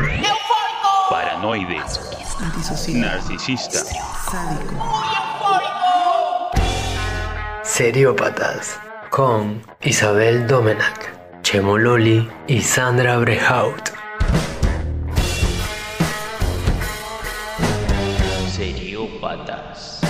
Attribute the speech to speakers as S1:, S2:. S1: Eufórico.
S2: Paranoide.
S3: Antisocial.
S2: Narcisista.
S3: Sádico.
S1: Muy eufórico.
S4: Seriópatas con Isabel Domenac, Chemololi y Sandra Brehaut.
S2: Seriópatas.